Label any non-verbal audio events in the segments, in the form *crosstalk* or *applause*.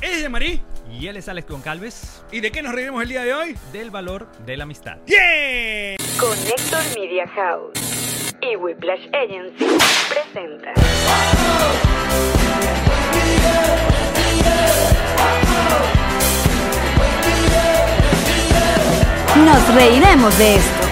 Reyes Marí. Y él es Alex Goncalves, ¿Y de qué nos reiremos el día de hoy? del valor de la amistad. ¡Yeah! Connector Media House y Whiplash Agency presenta Nos reiremos de esto.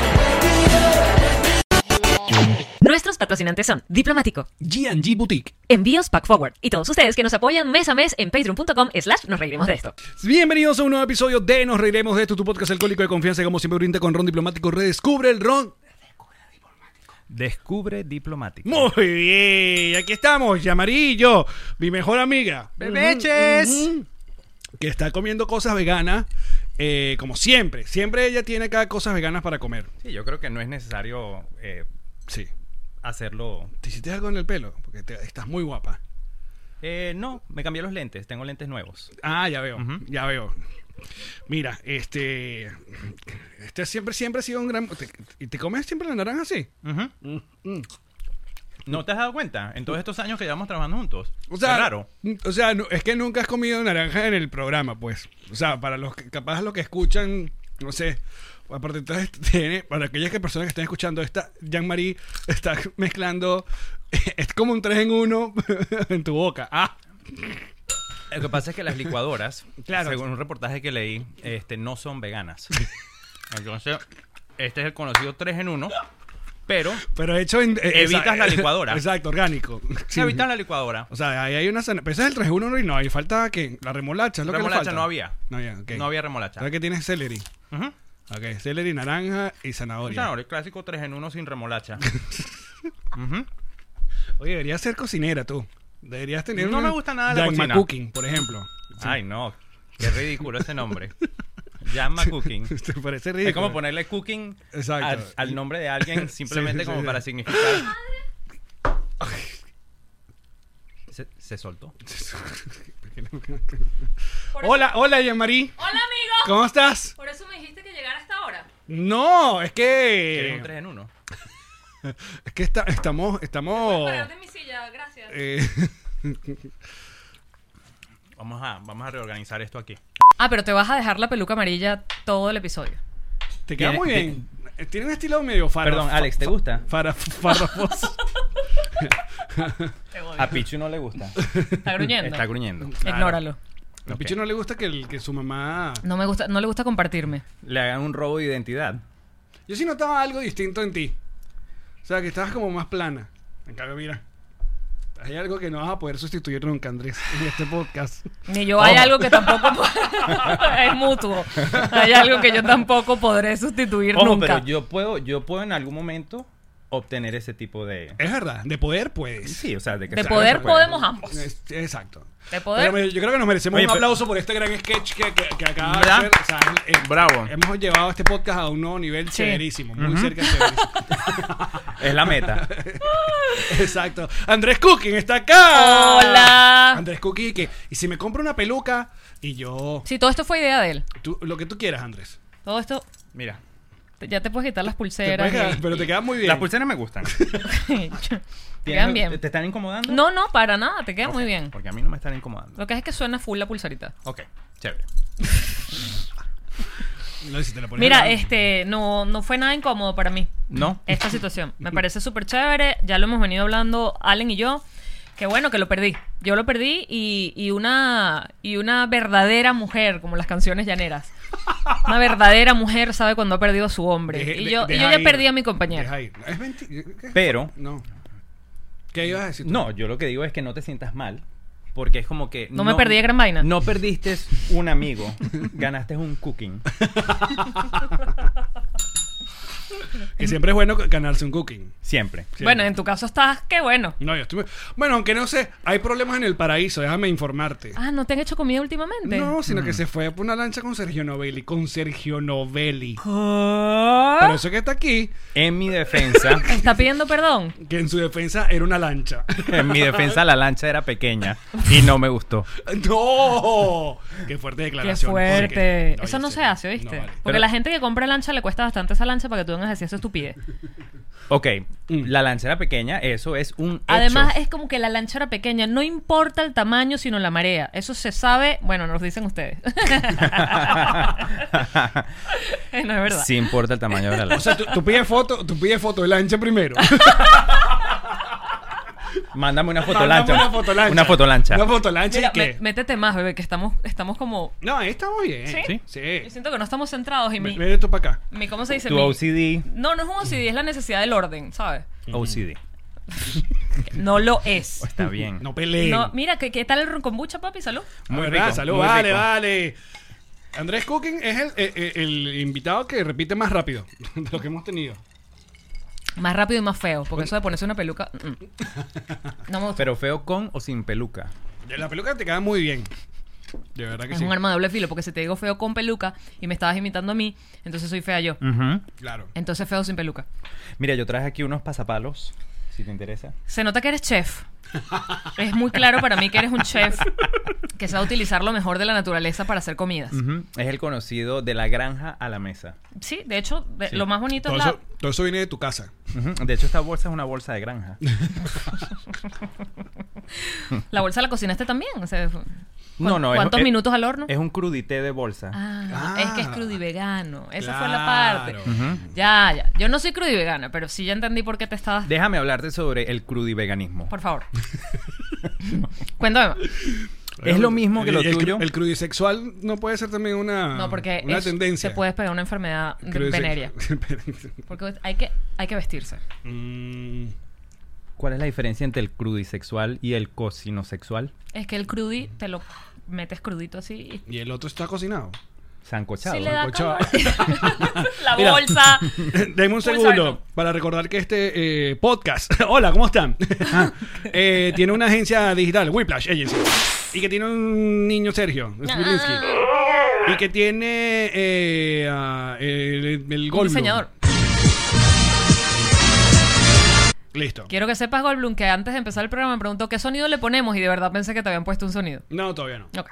Nuestros patrocinantes son Diplomático, GG Boutique. Envíos Pack Forward y todos ustedes que nos apoyan mes a mes en patreon.com slash nos reiremos de esto. Bienvenidos a un nuevo episodio de Nos Reiremos de esto, tu podcast alcohólico de confianza, que como siempre brinda con Ron Diplomático. Redescubre el Ron. Descubre diplomático. Muy bien, aquí estamos, Yamarillo, mi mejor amiga. Bebeches. que está comiendo cosas veganas, eh, como siempre. Siempre ella tiene acá cosas veganas para comer. Sí, yo creo que no es necesario eh, Sí. hacerlo. ¿Te hiciste algo en el pelo? Porque te- estás muy guapa. Eh, no, me cambié los lentes, tengo lentes nuevos. Ah, ya veo, Ujú. ya veo. Mira, este. Este siempre, siempre ha sido un gran. ¿Te, y te comes siempre la naranja así? Mm. ¿No te has dado cuenta? En todos estos años que llevamos trabajando juntos. O sea, Qué raro. O sea, no- es que nunca has comido naranja en el programa, pues. O sea, para los que, capaz los que escuchan, no sé. Aparte, entonces, tiene, para aquellas que personas que están escuchando, esta Jean-Marie está mezclando. *laughs* Es como un 3 en 1 *laughs* en tu boca. Ah, Lo que pasa es que las licuadoras, *laughs* Claro. según un reportaje que leí, este, no *laughs* son veganas. Entonces, este es el conocido 3 en 1, pero pero hecho en. eh, Evitas esa- la *laughs* licuadora. Exacto, orgánico. Sí. se evitan la licuadora. O sea, ahí hay una zanahoria. Pero ese es el 3 en 1 y no, ahí falta que la remolacha. Es lo que le Remolacha falta. no había. No había, ok. No había remolacha. ¿Sabes que tienes celery? Ujú. Ok, celery, naranja y Un zanahoria. zanahoria clásico 3 en 1 sin *laughs* remolacha. Ujú. Oye, deberías ser cocinera tú. Deberías tener No una- me gusta nada la Llama cocina. Cooking, por ejemplo. *laughs* Ay, no. Qué ridículo ese nombre. Llama Cooking. Te parece ridículo. Es como ponerle cooking Exacto. al, al nombre de alguien Sí, simplemente sí, como sí. para significar. Se, se soltó. Hola, hola, Yamari. Hola amigos, ¿Cómo estás? por eso me dijiste que llegara hasta ahora. No, es Eres un 3 que. en 1. Es que está- estamos. Estamos. mi silla, gracias. Oh. eh, *laughs* Vamos a, vamos a reorganizar esto aquí. Ah, pero te vas a dejar la peluca amarilla todo el episodio. te queda Tiene- muy bien. Eh, Tiene un estilo medio faro. Perdón, Alex, ¿te gusta? Fara, *laughs* *laughs* farrafos. Te voy. A Pichu no le gusta. *laughs* Está gruñendo. Está gruñendo. Ignóralo. A Pichu no le gusta que, el- que su mamá. No me gusta, no le gusta compartirme. Le hagan un robo de identidad. Yo sí notaba algo distinto en ti. O sea, que estabas como más plana. En cambio, mira. Hay algo que no vas a poder sustituir nunca, Andrés, en este podcast. Ni yo hay algo que tampoco po- *laughs* es mutuo. Hay algo que yo tampoco podré sustituir Ojo, nunca. pero yo puedo, yo puedo en algún momento obtener ese tipo de. Es verdad, de poder puedes. Sí, o sea, de que De se- poder se puede. podemos ambos. Es- Exacto. De poder. Pero me- yo creo que nos merecemos Oye, un pero- aplauso por este gran sketch que, que- que acaba ¿Verdad? de hacer. O sea, eh, Bravo. Hemos llevado este podcast a un nuevo nivel Sí. chéverísimo, muy cerca de chéverísimo. Es la meta. *laughs* Exacto. Andrés Cooking está acá. Hola. Andrés Cooking, que y si me compro una peluca y yo Sí, todo esto fue idea de él. tú- lo que tú quieras, Andrés. Todo esto, Mira, te- ya te puedes quitar las Te pulseras. puedes quedar- pero te queda muy bien. las pulseras me gustan. *laughs* y- ¿Tienes- quedan bien. ¿Te están incomodando? No, no, para nada, te queda muy bien. Porque a mí no me están incomodando. Lo que es que suena full la pulsarita. Ok, chévere. No, si te la pones Mira, acá. este, no, no fue nada incómodo para mí. No. *laughs* esta situación. Me parece súper chévere, ya lo hemos venido hablando Allen y yo, que bueno que lo perdí. Yo lo perdí y, y una, y una verdadera mujer, como las canciones llaneras. Una verdadera mujer sabe cuando ha perdido a su hombre. Deje- y de- yo, y yo deja ya ir. perdí a mi compañero. Deja ir. Es mentira. Pero, No. ¿Qué ibas a decir? tú? no, yo lo que digo es que no te sientas mal. Porque es como que. No me perdí de gran vaina. No perdiste un *laughs* amigo, ganaste un cooking. Que siempre es bueno ganarse un cooking. Siempre. Bueno, en tu caso estás, qué bueno. No, yo estoy. Bueno, aunque no sé, hay problemas en el paraíso, déjame informarte. Ah, ¿no te han hecho comida últimamente? No, sino que se fue por una lancha con Sergio Novelli. Con Sergio Novelli. Ah, Por eso que está aquí, En mi defensa, ¿Está pidiendo perdón? que en su defensa era una lancha. *laughs* en mi defensa la lancha era pequeña y no me gustó. ¡No! ¡Qué fuerte Qué declaración! fuerte. Porque- eso yo no sé. se hace, ¿oíste? No, vale. Porque Pero- la gente que compra lancha le cuesta bastante esa lancha para que tú vengas a decir eso estupidez. Ok, la lanchera pequeña, eso es un hecho. Mm. *laughs* Además, es como que la lanchera pequeña, no importa el tamaño, sino la marea. Eso se sabe, bueno, nos dicen ustedes. no es verdad. Sí importa el tamaño de la lancha. O sea, tú, tú pides foto, tú pides foto de lancha *laughs* primero. Mándame una Mandamos fotolancha. Una fotolancha. Una fotolancha. Una fotolancha Mira, y qué. mé- métete más, bebé, que estamos, estamos como. No, ahí estamos bien. ¿Sí? Sí. Yo siento que no estamos centrados y mi, Mira tú para acá. mi- ¿Cómo se dice? Tu Mi- OCD. No, no es un OCD, es la necesidad del orden, ¿sabes? OCD. Que No lo *laughs* es. Está bien. No peleen. No, mira, ¿qué, qué tal el ron kombucha, papi? Salud. Muy ¿Verdad? rico, Salud, muy vale, rico. vale. Andrés Cooking es el, eh, eh, el invitado que repite más rápido *laughs* de lo que hemos tenido. Más rápido y más feo, porque eso de ponerse una peluca. *laughs* mm, mm. No me gusta. Pero feo con o sin peluca. De La peluca te queda muy bien. De verdad que es sí. un arma de doble filo, porque si te digo feo con peluca y me estabas imitando a mí, entonces soy fea Mm. yo. Claro. Entonces feo sin peluca. Mira, yo traje aquí unos pasapalos, si te interesa. Se nota que eres chef. Es muy claro para mí que eres un chef que sabe utilizar lo mejor de la naturaleza para hacer comidas. Es el conocido de la granja a la mesa. Sí, de hecho, de- Sí. lo más bonito Todo es la... eso, todo eso viene de tu casa. Ujú. De hecho, esta bolsa es una bolsa de *laughs* granja. La bolsa la cocinaste también. o sea, ¿cu- mm. No, no. es- ¿Cuántos es- minutos al horno? Es un crudité de bolsa. Ah, Ah. es que es crudivegano. Esa fue la parte. Claro. Ya, ya. Yo no soy crudivegana, pero sí ya entendí por qué te estabas... Déjame hablarte sobre el crudiveganismo. *laughs* Por favor. Cuéntame. más. Es lo mismo que El- lo el, tuyo. El crudisexual no puede ser también una, No, porque Ah, una es- tendencia. te puedes pegar una enfermedad de- Crudisex- *laughs* venérea. Porque hay que, hay que vestirse. Mm, ¿Cuál es la diferencia entre el crudisexual y el cosinosexual? Es que el crudi te lo metes crudito así. y el otro está cocinado. y Sancochado. Sí, le da colchado. *laughs* calor. *laughs* la Mira. *laughs* bolsa. Dame un Pulsar, segundo no. para recordar que este eh, podcast, *laughs* hola, ¿cómo *laughs* están? Eh, tiene una agencia digital, Whiplash Agency, y que tiene un niño Sergio, Ah, Smilinski, y que tiene eh, ah, el, el Un Goldblum. diseñador. Listo. Quiero que sepas, Goldblum, que antes de empezar el programa me preguntó qué sonido le ponemos y de verdad pensé que te habían puesto un sonido. No, todavía no. Ok.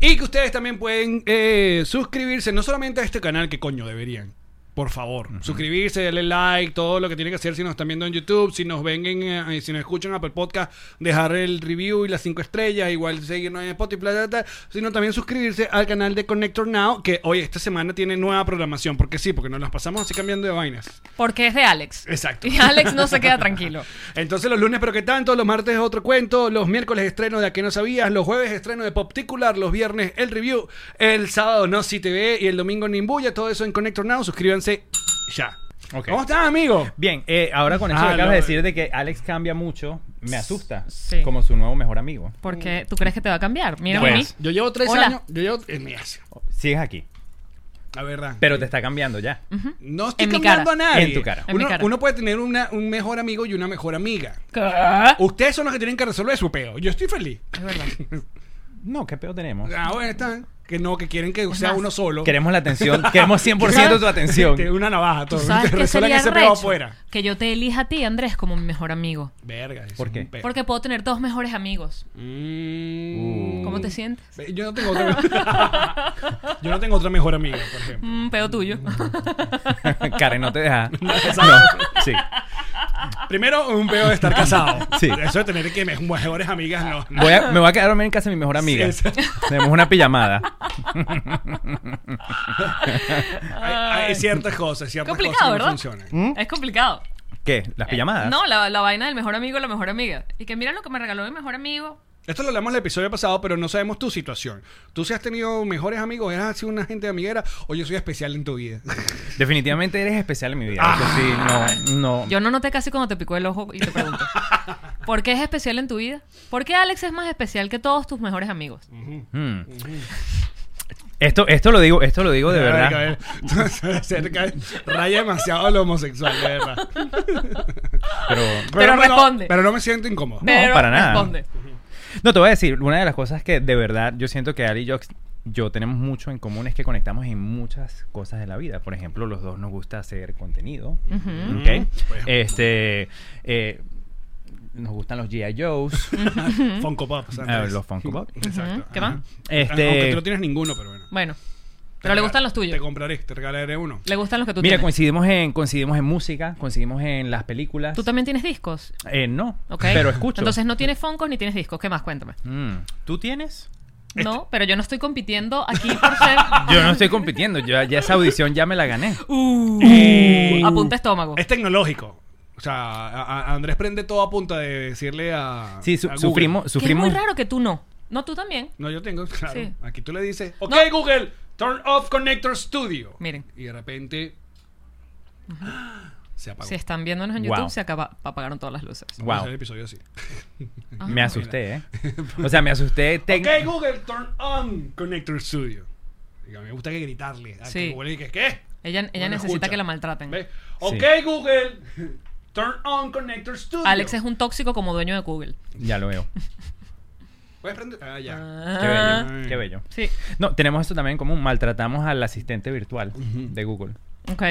Y que ustedes también pueden eh, suscribirse, no solamente a este canal, que coño deberían. Por favor, suscribirse, darle like, todo lo que tienen que hacer si nos están viendo en YouTube, si nos ven en, eh, si nos escuchan en Apple Podcast, dejar el review y las cinco estrellas, igual seguirnos en Spotify, bla, bla, bla, sino también suscribirse al canal de Connector Now, que hoy esta semana tiene nueva programación, porque sí, porque nos las pasamos así cambiando de vainas. Porque es de Alex. Exacto. Y Alex no se queda *laughs* tranquilo. Entonces los lunes, pero qué tanto, los martes otro cuento, los miércoles estreno de A que no sabías, los jueves estreno de Popticular, los viernes el review, el sábado no si TV y el domingo Nimbuya, todo eso en Connector Now, suscríbanse ya. Ok. ¿Cómo estás, amigo? Bien, eh, ahora con eso Ah, que acabas no, de eh. decir de que Alex cambia mucho, me asusta. Sí. Como su nuevo mejor amigo. Porque tú crees que te va a cambiar. Mira Pues. a mí. Yo llevo tres Hola. años, yo llevo eh, mira, Sigues aquí, la verdad. pero te está cambiando ya. no estoy En mi cambiando a cara. nadie. En tu cara. En mi Uno, cara. uno puede tener una- un mejor amigo y una mejor amiga. ¿Qué? Ustedes son los que tienen que resolver su peo. Yo estoy feliz. Es verdad. No, ¿qué peor tenemos? Ah, bueno, están. Que no, que quieren que sea más, uno solo. Queremos la atención, queremos 100% *laughs* tu atención. Tiene Una navaja, todo. *laughs* ¿Sabes qué Resuelven sería ese peo recho? afuera. Que yo te elija a ti, Andrés, como mi mejor amigo. Verga. es ¿Por un qué? peo. Porque puedo tener dos mejores amigos. Mm. ¿Cómo te sientes? Ve, Yo no tengo otra. *laughs* Yo no tengo otra mejor amiga, por ejemplo. Un Mm, Mm. pedo tuyo. *laughs* Karen no te deja. No, Sí. Primero, un peor de estar casado. Sí. Eso de tener que me- mejores amigas, no. no. Voy a- me voy a quedar a dormir en casa de mi mejor amiga. Sí, Tenemos una pijamada. Hay, hay ciertas cosas, ciertas Complicado, cosas que no ¿verdad? funcionan. ¿Mm? es complicado. ¿Qué? ¿Las pijamadas? Eh, No, la, la vaina del mejor amigo, la mejor amiga. Y que mira lo que me regaló mi mejor amigo. Esto lo hablamos en el episodio pasado, pero no sabemos tu situación. Tú si has tenido mejores amigos, eres así una gente amiguera, o yo soy especial en tu vida. Definitivamente eres especial en mi vida. Eso sí, no, no. Yo no noté casi cuando te picó el ojo y te *laughs* pregunto. ¿Por qué es especial en tu vida? ¿Por qué Alex es más especial que todos tus mejores amigos? Mm. Esto, esto lo digo, esto lo digo *laughs* Oh, de verdad. Cerca, cerca, raya demasiado lo homosexual, de verdad. Pero Pero no- responde. pero no me siento incómodo. Pero para nada. responde. no te voy a decir, una de las cosas que de verdad yo siento que Ali y yo, yo tenemos mucho en común es que conectamos en muchas cosas de la vida. Por ejemplo, los dos nos gusta hacer contenido. Ujú. ¿ok? Bueno. Este eh, nos gustan los G.I. *laughs* Joe's, *laughs* Funko Pop. Ah, los Funko Pop. Exacto. Ujú. ¿Qué más? Ajá. Este- Aunque tú no tienes ninguno, pero bueno. Bueno, Pero le rega- gustan los tuyos. Te compraré, te regalaré uno. Le gustan los que tú Mira, tienes. coincidimos en, coincidimos en música, coincidimos en las películas. ¿Tú también tienes discos? Eh, no, Ok. pero escucho. Entonces no tienes foncos ni tienes discos. ¿Qué más? Cuéntame. Mm, ¿Tú tienes? No, pero yo no estoy compitiendo aquí *laughs* por ser. Yo no estoy compitiendo, yo, ya esa audición ya me la gané. Ah. Uh, Eh, apunta estómago. Es tecnológico. O sea, a- a- Andrés prende todo a punta de decirle a. Sí, su- a Google. sufrimos, Que es sufrimos. muy raro que tú no. No, tú también. No, yo tengo, claro. Sí. Aquí tú le dices, ok, No. Google, turn off Connector Studio. Miren. Y de repente. ¡ah! Se apagó. Si están viéndonos en Wow. YouTube, se acaba, apagaron todas las luces. Ah. Vamos a hacer Wow. el episodio así. Me asusté, *laughs* ¿eh? O sea, me asusté. tec- Ok, Google, turn on Connector Studio. Y a mí me gusta que gritarle. A Sí. que Google diga, ¿qué? Ella, ella No me necesita escucha. que la maltraten. ¿Ve? Ok, Google, turn on Connector Studio. Alex es un tóxico como dueño de Google. Ya lo veo. ¿Puedes prender? Ah, ya. Qué Ah, bello. Qué bello. Sí. No, tenemos esto también en común. Maltratamos al asistente virtual de Google. Ok.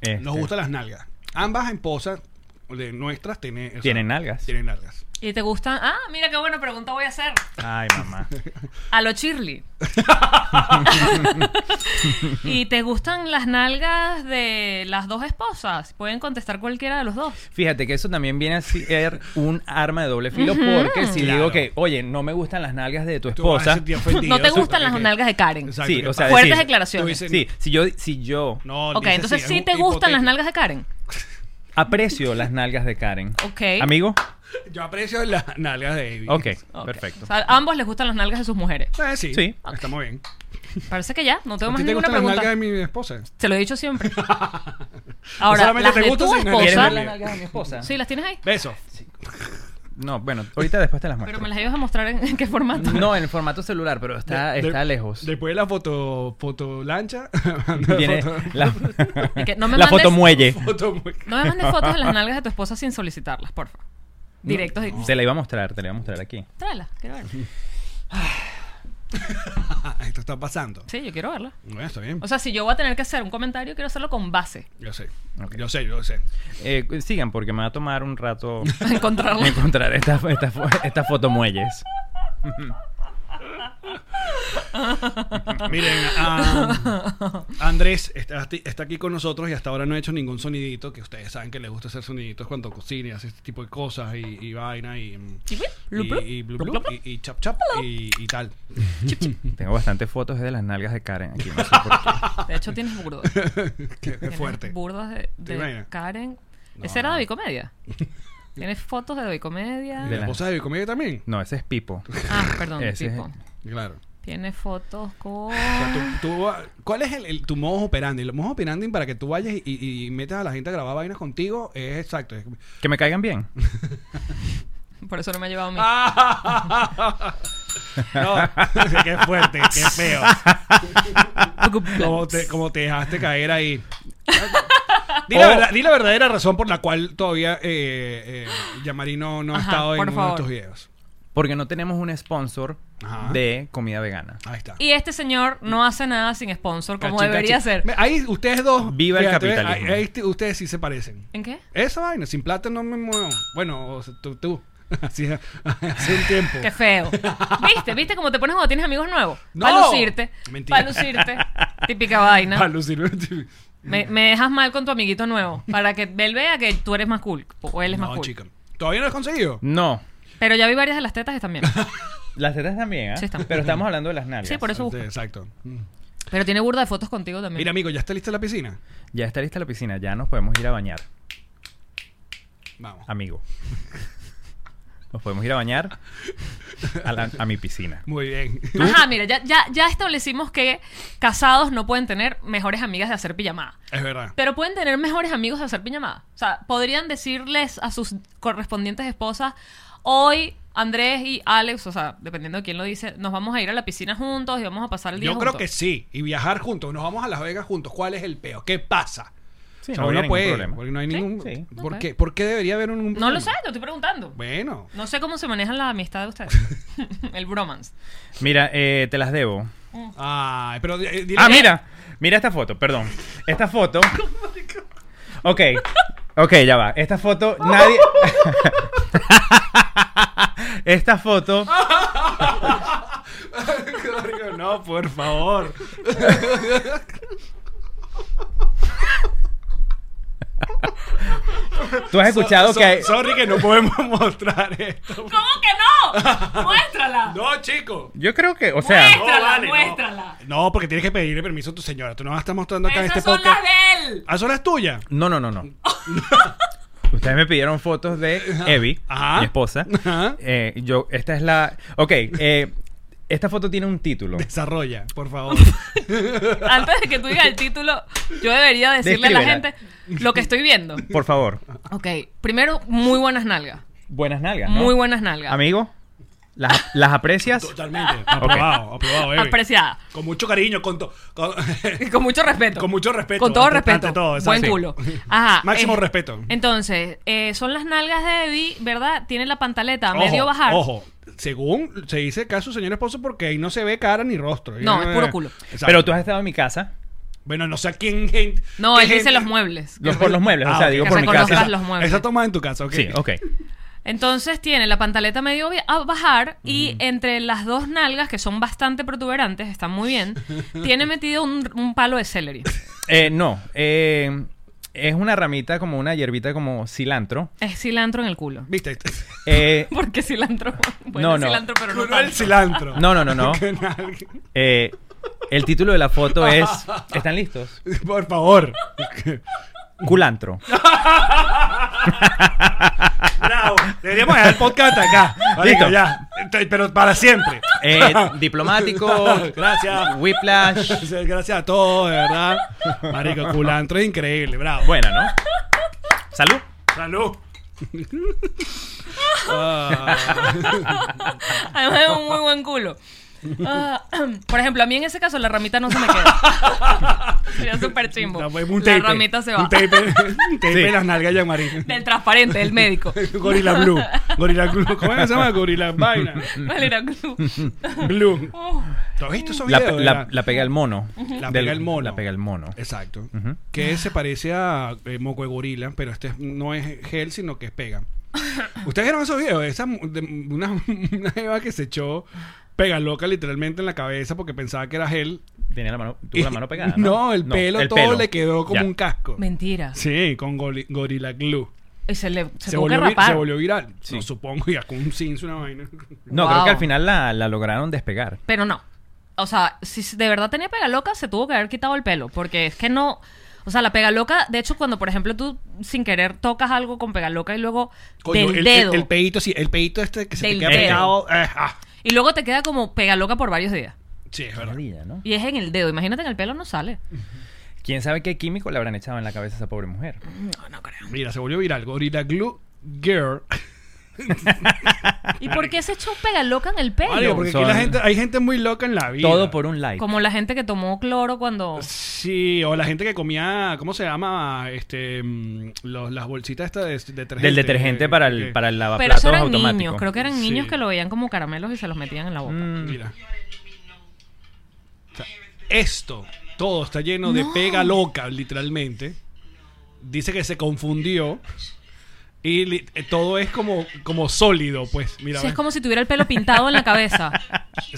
Este, Nos gustan las nalgas. Ambas esposas de nuestras tienen, o sea, Tienen nalgas. Tienen nalgas. ¿Y te gustan? Ah, mira qué buena pregunta voy a hacer. Ay, *laughs* mamá. A lo Shirley. *laughs* ¿Y te gustan las nalgas de las dos esposas? Pueden contestar cualquiera de los dos. Fíjate que eso también viene a ser un arma de doble filo porque si Claro. digo que, oye, no me gustan las nalgas de tu Tú ah, vas a esposa. sentir ofendido, No te gustan ¿sabes? las nalgas de Karen. Exacto, Sí, que o sea, pasa. Fuertes decir, declaraciones. Tú dices- Sí, si yo, si yo No, Ok, dice entonces es sí un te gustan las hipotético. nalgas de Karen. aprecio las nalgas de Karen. Ok. Amigo. Yo aprecio las nalgas de David. Ok, Ok. perfecto. O sea, a ambos les gustan las nalgas de sus mujeres. Eh, sí, Sí. estamos bien. Parece que ya, no tengo ¿A más ti te ninguna gustan las pregunta. nalgas de mi esposa? Se lo he *laughs* dicho siempre. Ahora, solamente las te de gustan, tu sino que esposa. eres ¿Quieres ver Dale. las nalgas de mi esposa? Sí, las tienes ahí. Beso. No, bueno, ahorita después te las muestro. Pero me las ibas a mostrar en, en qué formato. No, en el formato celular, pero está, De- está de- lejos. Después de la foto, foto lancha. *laughs* Viene la, Es que no me la mandes- foto muelle. foto muy- *laughs* No me mandes fotos de las nalgas de tu esposa sin solicitarlas, porfa. Directos. y- Te la iba a mostrar, te la iba a mostrar aquí. Tráela, *laughs* quiero verla. Ah, Esto está pasando. Sí, yo quiero verla. Bueno, está bien. O sea, si yo voy a tener que hacer un comentario, quiero hacerlo con base. *laughs* Yo sé. Ok. Yo sé, yo *laughs* sé. Eh, sigan porque me va a tomar un rato Encontrarla. *laughs* encontrar estas esta, fo- estas fotomuelles. Miren, ah, Andrés está, está aquí con nosotros y hasta ahora no ha hecho ningún sonidito, que ustedes saben que le gusta hacer soniditos cuando cocina y hace este tipo de cosas y, y vaina y... mm, Y blip, y, blup, blup, y, blup, blup, blup, blup. y- y chap chap y, y *laughs* tal. Tengo bastantes fotos de las nalgas de Karen aquí. No sé por qué. De hecho, tienes burdos. *laughs* Qué Tienes fuerte. Burdos de, de ¿Te imaginas? Karen. No, Ese era no. *laughs* de Comedia. Tienes fotos de Bicomedia. ¿Y la esposa de Bicomedia también? No, ese es Pipo. Ah, perdón, Ese es- tipo. Claro. Tiene fotos con. O sea, tú- tú va- ¿Cuál es el, el- tu modo operandi? El modo operandi para que tú vayas y- y, y metas a la gente a grabar vainas contigo es exacto. es- Que me caigan bien. Por eso no me ha llevado a mí. Ah. no, *laughs* qué fuerte, qué feo. Como te, como te dejaste caer ahí. Di la, Oh. verdad- di la verdadera razón por la cual todavía eh, eh, Yamari no, no ha Ajá, estado en por uno de favor. estos videos. Porque no tenemos un sponsor Ajá. de comida vegana. Ahí está. Y este señor no hace nada sin sponsor, como Cachín, debería cachín. ser. Ve, Ahí ustedes dos. Viva el ve, capitalismo. ahí- ahí t- ustedes sí se parecen. ¿En qué? Esa vaina, sin plata no me muevo. Bueno, o sea, tú, tú. *laughs* Así, hace un tiempo. Qué feo. ¿Viste? ¿Viste cómo te pones cuando tienes amigos nuevos? No. Para lucirte. Mentira. Para lucirte. Típica vaina. Para lucir un- Me, me dejas mal con tu amiguito nuevo. Para que él vea que tú eres más cool. O él es más No, cool. chica. ¿Todavía no lo has conseguido? No. Pero ya vi varias de las tetas *laughs* y también. Las tetas también, ¿eh? Sí, están. Pero estamos hablando de las nalgas. Sí, por eso busco. Este, Exacto. Pero tiene burda de fotos contigo también. Mira, amigo, ¿ya está lista la piscina? Ya está lista la piscina, ya nos podemos ir a bañar, Vamos. amigo. Nos podemos ir a bañar a, la- a mi piscina. Muy bien. Ajá, mira, ya, ya, ya establecimos que casados no pueden tener mejores amigas de hacer pijamada. *laughs* Es verdad. Pero pueden tener mejores amigos de hacer pijamada. O sea, podrían decirles a sus correspondientes esposas, hoy Andrés y Alex, o sea, dependiendo de quién lo dice, nos vamos a ir a la piscina juntos y vamos a pasar el día Yo creo juntos". que sí. Y viajar juntos. Nos vamos a Las Vegas juntos. ¿Cuál es el peo? ¿Qué pasa? Sí, O sea, no habría uno ningún puede, problema. Porque no hay Sí, ningún. sí. ¿por, Ok. qué, por qué debería haber un.? No lo sé, problema? te estoy preguntando. Bueno. No sé cómo se maneja la amistad *laughs* de ustedes. el bromance. Mira, eh, te las debo. Ay, pero. eh, dile- Ah, mira, mira esta foto, perdón. Esta *laughs* foto. Ok, ok, ya va. Esta foto, Oh. nadie. *laughs* *laughs* Esta foto, Marico, no, por favor. Tú has escuchado So- que hay... Sorry que no podemos *laughs* mostrar esto. ¿Cómo que *laughs* no? Muéstrala. No, chico. Yo creo que, o sea... No, Muéstrala, vale, no. muéstrala. No. porque tienes que pedirle permiso a tu señora. Tú no vas a estar mostrando acá en Esas este son podcast. las de él. Ah, son las tuyas. No, no, no, *laughs* no. Ustedes me pidieron fotos de Evi, Ajá. mi esposa. Ajá. Eh, yo, esta es la. Ok, eh, esta foto tiene un título. Desarrolla, por favor. Antes de que tú digas el título, yo debería decirle a la Descríbela. gente lo que estoy viendo. Por favor. Ok, primero, muy buenas nalgas. Buenas nalgas. ¿no? Muy buenas nalgas. Amigo, ¿las, las aprecias? *laughs* Totalmente. Aprobado, aprobado, baby. Apreciada. Con mucho cariño, con, to- *laughs* con- Y con mucho respeto. Con mucho respeto, Con todo ante- respeto. ante todo, exacto. Buen Sí. *laughs* culo. Ajá, eh, Máximo respeto. Entonces, eh, son las nalgas de Evi, ¿verdad? Tiene la pantaleta a Ojo, medio bajar. Ojo, según se dice acá su señor esposo, porque ahí no se ve cara ni rostro. No, Yo- es puro culo. Exacto. Pero tú has estado en mi casa. Bueno, no sé a quién. gente- No, qué él dice gente- los muebles. Los, por los muebles, o Ah, sea, ok. digo Que por mi reconozcas casa. los muebles. Esa toma en tu casa, ok. Sí, ok. Entonces tiene la pantaleta medio bi- a bajar y entre las dos nalgas, que son bastante protuberantes, están *laughs* muy bien, tiene metido un, un palo de celery. Eh, no, eh, es una ramita como una hierbita como cilantro. Es cilantro en el culo. *laughs* ¿Viste? este- Eh, Porque cilantro. *laughs* Bueno, No, es no. cilantro, pero no. Culo el tanto. cilantro. no, no, no, *laughs* no. Que nadie- Eh, el título de la foto es. ¿Están listos? Por favor. Culantro. Bravo. Deberíamos dejar el podcast acá. Marico, Listo. ya. Te- Pero para siempre. *laughs* Eh, diplomático. Gracias. Whiplash. Gracias a todos, de verdad. Marico, culantro es increíble, bravo. Buena, ¿no? Salud. Salud. Además es un muy buen culo. Ah, *clears throat* por ejemplo, a mí en ese caso la ramita no se me queda. *laughs* Sería súper chimbo. No, fue un la tape. ramita se va. Un tape, un tape Sí. en las nalgas ya, *laughs* marico. Del transparente, *laughs* del médico. Gorila Blue. Gorila Blue. ¿Cómo se llama? Gorila Vaina. Vale, era *laughs* culo. Blue. Oh. ¿Tú has visto esos La, videos? la- de la- la pega el mono. La Del- pega el mono. La pega el mono. Exacto. Ujú. Que se parece a eh, moco de gorila, pero este es- no es gel, sino que es *laughs* pega. ¿Ustedes vieron esos videos? Esa, mu- de, una, una jeva que se echó pega loca literalmente en la cabeza porque pensaba que era gel. Tenía la mano, tuvo la mano pegada. *laughs* No, No, el pelo todo le quedó como un casco. Mentira. Sí, con goli- Gorilla Glue. Y se le se, Se, tuvo que volvió, vi- rapar. se volvió viral. Sí. No, supongo, ya con un cinzo, una vaina. No, Wow. creo que al final la, la lograron despegar. Pero no. O sea, si de verdad tenía pega loca, se tuvo que haber quitado el pelo. Porque es que no. O sea, la pega loca, de hecho, cuando por ejemplo tú sin querer tocas algo con pega loca y luego *laughs* Coño, del el, dedo. El, el pedito, sí, el pedito este que se Del te queda dedo. pegado. eh, ah. y luego te queda como pega loca por varios días. Sí, es verdad. Maravilla, ¿no? Y es en el dedo. Imagínate en el pelo no sale. ¿Quién sabe qué químico le habrán echado en la cabeza a esa pobre mujer? No, no creo. Mira, se volvió viral. Gorilla Glue Girl. ¿Y por qué se echó pega loca en el pelo? Mario, porque aquí son- la gente, hay gente muy loca en la vida. Todo por un like. Como la gente que tomó cloro cuando. Sí, o la gente que comía, ¿cómo se llama? Este, mm, los- las bolsitas estas de, detergente. Del detergente para el, Que- para el Pero lavaplatos eso eran automático. niños. Creo que eran niños Sí. que lo veían como caramelos y se los metían en la boca. Mm, Mira. O sea, esto, todo está lleno de pega loca, literalmente. Dice que se confundió. Y li- eh, todo es como, como sólido, pues. Mira, Sí, es ¿ves? como si tuviera el pelo pintado en *laughs* la cabeza.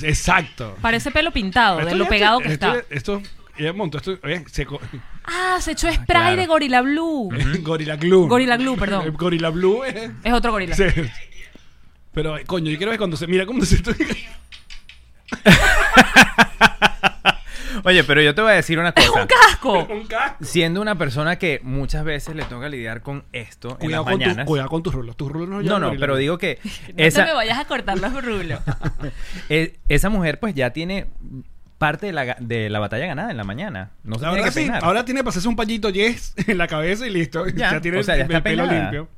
Exacto. Parece pelo pintado, de Esto lo ya- pegado que esto está. ya- Esto, ella montó esto. oye, se co- Ah, se echó spray claro. de Gorilla Blue. *laughs* Gorilla Glue. Gorilla Glue, perdón. Eh, *laughs* Gorilla Blue eh. Es otro gorila. Sí. Pero, eh, coño, yo quiero ver cuando se. Mira cómo se. *laughs* Oye, pero yo te voy a decir una cosa. ¡Es *laughs* un casco! un casco. Siendo una persona que muchas veces le toca lidiar con esto Cuidado en las con, tu, mañanas. cuidado con tus rulos. Tus rulos no no, llevan no, Gorilla pero Glue. digo que *laughs* No esa, te me vayas a cortar los *laughs* rulos. Eh, esa mujer pues ya tiene parte de la, ga- de la batalla ganada en la mañana. No se La tiene verdad que sí, peinar. ahora tiene para hacerse un pañito yes *laughs* en la cabeza y listo. Ya, Ya, tiene o sea, ya el, está el pelo peinada. limpio.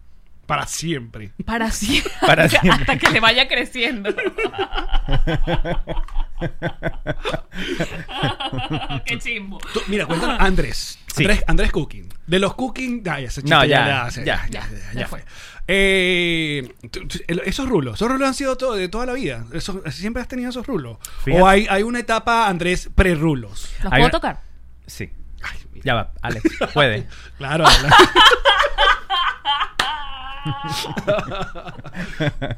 Para siempre. Para siempre. Para *laughs* Hasta siempre. que le *laughs* vaya creciendo. *laughs* Qué chimbo. Tú- mira, cuéntanos, Andrés. Ah. Sí. Andrés. Andrés Cooking. De los Cooking. Ah, ya, ese chiste No, ya, ya, ya, se- ya, ya, ya, ya ya fue. fue. Eh, tú- tú- el- esos rulos. Esos rulos han sido todo, de toda la vida. Esos- siempre has tenido esos rulos. Fíjate. O hay, hay una etapa, Andrés, pre-rulos. ¿Los Hay puedo una- tocar? Sí. Ay, mira. *laughs* *laughs* Ya va, Alex, puede. Claro, la-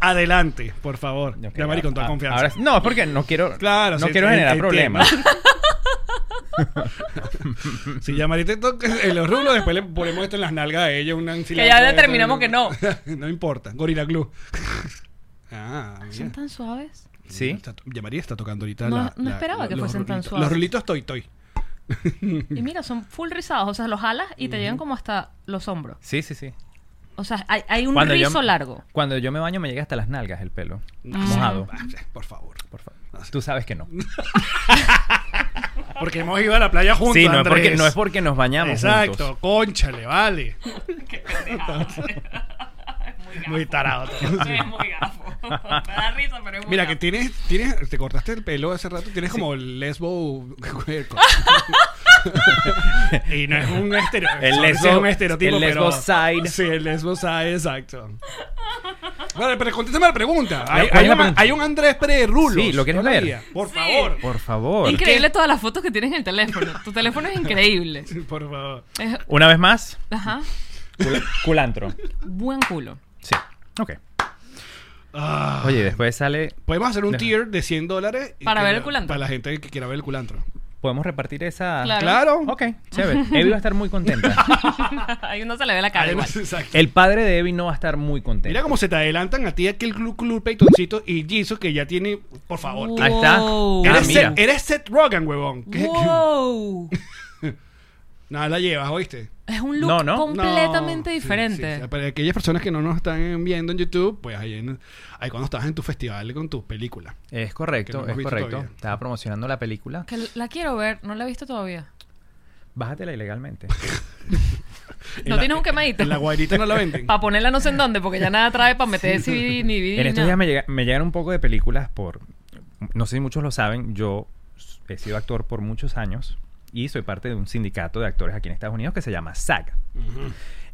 Adelante, por favor. Ok, Yamari, con toda a- confianza. ahora sí- no, es porque no quiero, Claro, no sí, quiero te- generar te problemas. *laughs* Si Yamari te toca *laughs* en los rublos, después le ponemos esto en las nalgas a ella. Una Que ya determinamos que no. *laughs* no importa. Gorila Glue. *laughs* ah, mira. ¿Son *laughs* tan suaves? Sí. Está- Yamari está tocando ahorita No- la- no la- esperaba la- que los fuesen tan rulitos. suaves. Ah. Los rulitos Toy Toy. Y mira, son full rizados. O sea, los jalas y te llegan como hasta los hombros. Sí, sí, sí. O sea, hay, hay un Cuando yo- rizo *laughs* largo. Cuando yo me baño me llega hasta las nalgas el pelo. No, Mojado. ah, sí, Por favor. Por favor. Tú sabes que no. Porque hemos ido a la playa juntos. Sí, no es, porque, Andrés. no es porque nos bañamos Exacto, juntos. concha, le vale. *laughs* Muy tarado. todo. muy gafo. *laughs* Me da risa, pero es Mira, que tienes, tienes, te cortaste el pelo hace rato, tienes como lesbo. *laughs* y no es un estereotipo. El lesbo- es un estereotipo. el lesbo pero- side. Sí, el lesbo side, exacto. Vale, pero contéstame la pregunta. Hay, hay ¿Cuál es la una- pregunta? hay un Andrés Pérez Rulo. Sí, ¿lo quieres ver? Por favor. Por favor. Increíble todas las fotos que tienes en el teléfono. Tu teléfono es increíble. *laughs* Por favor. Es- Una vez más, ajá. cul- *laughs* culantro. Buen culo. Sí. Ok. Ah. Oye, y después sale. Podemos hacer un Deja. tier de 100 dólares. y Para que ver la- el culantro. Para la gente que quiera ver el culantro. ¿Podemos repartir esa? Claro. Claro. Ok, chévere. Evi va a estar muy contenta. *laughs* Ahí no se le ve la cara igual. Además, *laughs* exacto. El padre de Evi no va a estar muy contento. Mira cómo se te adelantan a ti aquel club club peitoncito y Jesus que ya tiene, por favor. Wow. Ahí está. Ah, Eres, mira. Seth, eres Seth Rogen, huevón. ¿Qué- qué- ¡Wow! *laughs* Nada la llevas, ¿oíste? Es un look No, no. completamente No, sí, diferente. sí, sí. Para aquellas personas que no nos están viendo en YouTube, pues ahí, en- ahí cuando estabas en tu festival con tus películas. Es Que no correcto, hemos es visto correcto. todavía. Estaba promocionando la película. Que la quiero ver, no la he visto todavía. Bájatela ilegalmente. ¿No tienes un quemadito? En la guairita no la *laughs* venden. Para ponerla no sé en dónde, porque ya nada trae para meter CD ni en DVD. ni estos nada. días me, llega- me llegan un poco de películas por... No sé si muchos lo saben, yo he sido actor por muchos años y soy parte de un sindicato de actores aquí en Estados Unidos que se llama SAG. Ujú.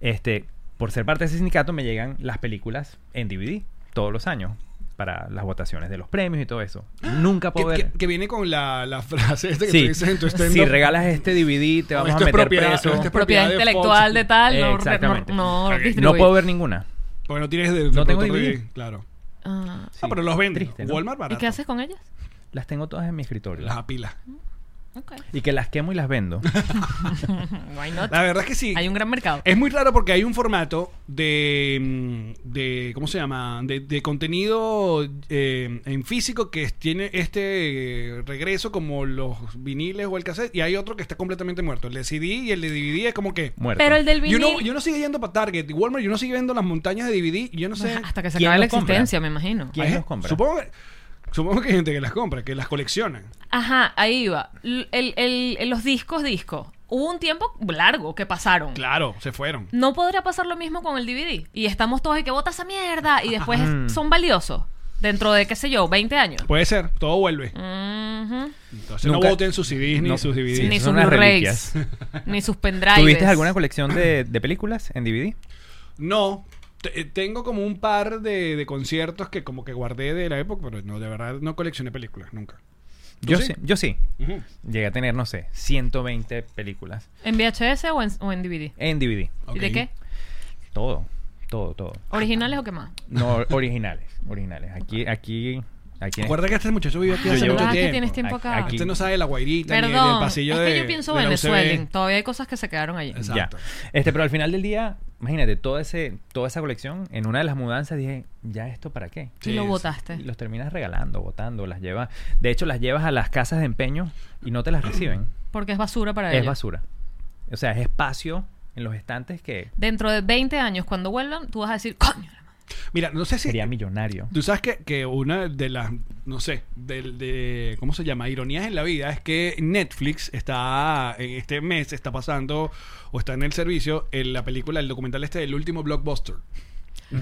Este, por ser parte de ese sindicato me llegan las películas en DVD todos los años para las votaciones de los premios y todo eso. Ah, Nunca que, puedo ver... que- que viene con la, la frase esta que tú Sí, dices en tu stand si regalas este DVD te vamos a meter preso. esto es Propiedad de intelectual Fox. de tal, no, re- Exactamente. no, no Ok. No distribuir. puedo ver ninguna. Porque no tienes de, No tengo de- DVD. Claro. Ah. Ah, pero los venden. Triste, ¿no? Walmart barato. ¿Y qué haces con ellas? Las tengo todas en mi escritorio. Las apilas. *laughs* Ok. Y que las quemo y *laughs* las vendo. Why not? La verdad es que sí. Hay un gran mercado. Es muy raro porque hay un formato de, mm, de ¿cómo se llama? De, de contenido eh, en físico que es- tiene este eh, regreso como los viniles o el cassette y hay otro que está completamente muerto. El de CD y el de DVD es como que... Muerto. Pero el del Yo vinil... no, yo no sigue yendo para Target y Walmart, yo no sigo viendo las montañas de DVD y yo no sé... Bueno, Ah, Hasta que se ¿Quién acabe la los compra? existencia, me imagino. ¿Quién Hay- los compra? Supongo, supongo que hay gente que las compra, que las colecciona. Ah. Ajá, ahí va. L- el- el- el- los discos, discos. Hubo un tiempo largo que pasaron. Claro, se fueron. No podrá pasar lo mismo con el DVD. Y estamos todos y que bota esa mierda. Y después Mm. son valiosos. Dentro de, qué sé yo, 20 años. Pues Puede ser, todo vuelve. Ujú. Entonces Nunca- no voten sus CDs ni No, sus DVDs. sí, Ni esas sus son las Blu-rays. *laughs* *laughs* Ni sus pendrives. ¿Tuviste alguna colección de, de películas en DVD? No. T- eh, Tengo como un par de, de conciertos que como que guardé de la época, pero no, de verdad no coleccioné películas, nunca. Yo sí? sí? yo sí. Ujú. Llegué a tener, no sé, 120 películas ¿En VHS o en, o en DVD? en DVD. ¿Y de Ok. qué? Todo, todo, todo. ¿Originales o qué más? *laughs* No, originales, originales. Aquí, aquí, aquí. Recuerda que este muchacho vivió aquí Yo hace llevo- mucho ¿Verdad tiempo. Ah, que tienes tiempo acá? Aquí- Este no sabe de la guairita ni del Perdón, pasillo es que de yo pienso de la UCB. Venezuela. Todavía hay cosas que se quedaron allí. Exacto. Ya. Este, pero al final del día, imagínate, todo ese, toda esa colección, en una de las mudanzas dije, ¿ya esto para qué? y Sí, lo sí. botaste. Los terminas regalando, botando, las llevas. De hecho, las llevas a las casas de empeño y no te las reciben. Porque es basura para Es ellos. basura. O sea, es espacio en los estantes que Dentro de 20 años, cuando vuelvan, tú vas a decir, coño. la madre". Mira, no sé si... sería millonario. Tú sabes que, que una de las, no sé, del de, ¿cómo se llama? Ironías en la vida es que Netflix está, en este mes está pasando o está en el servicio en la película, el documental este del último blockbuster.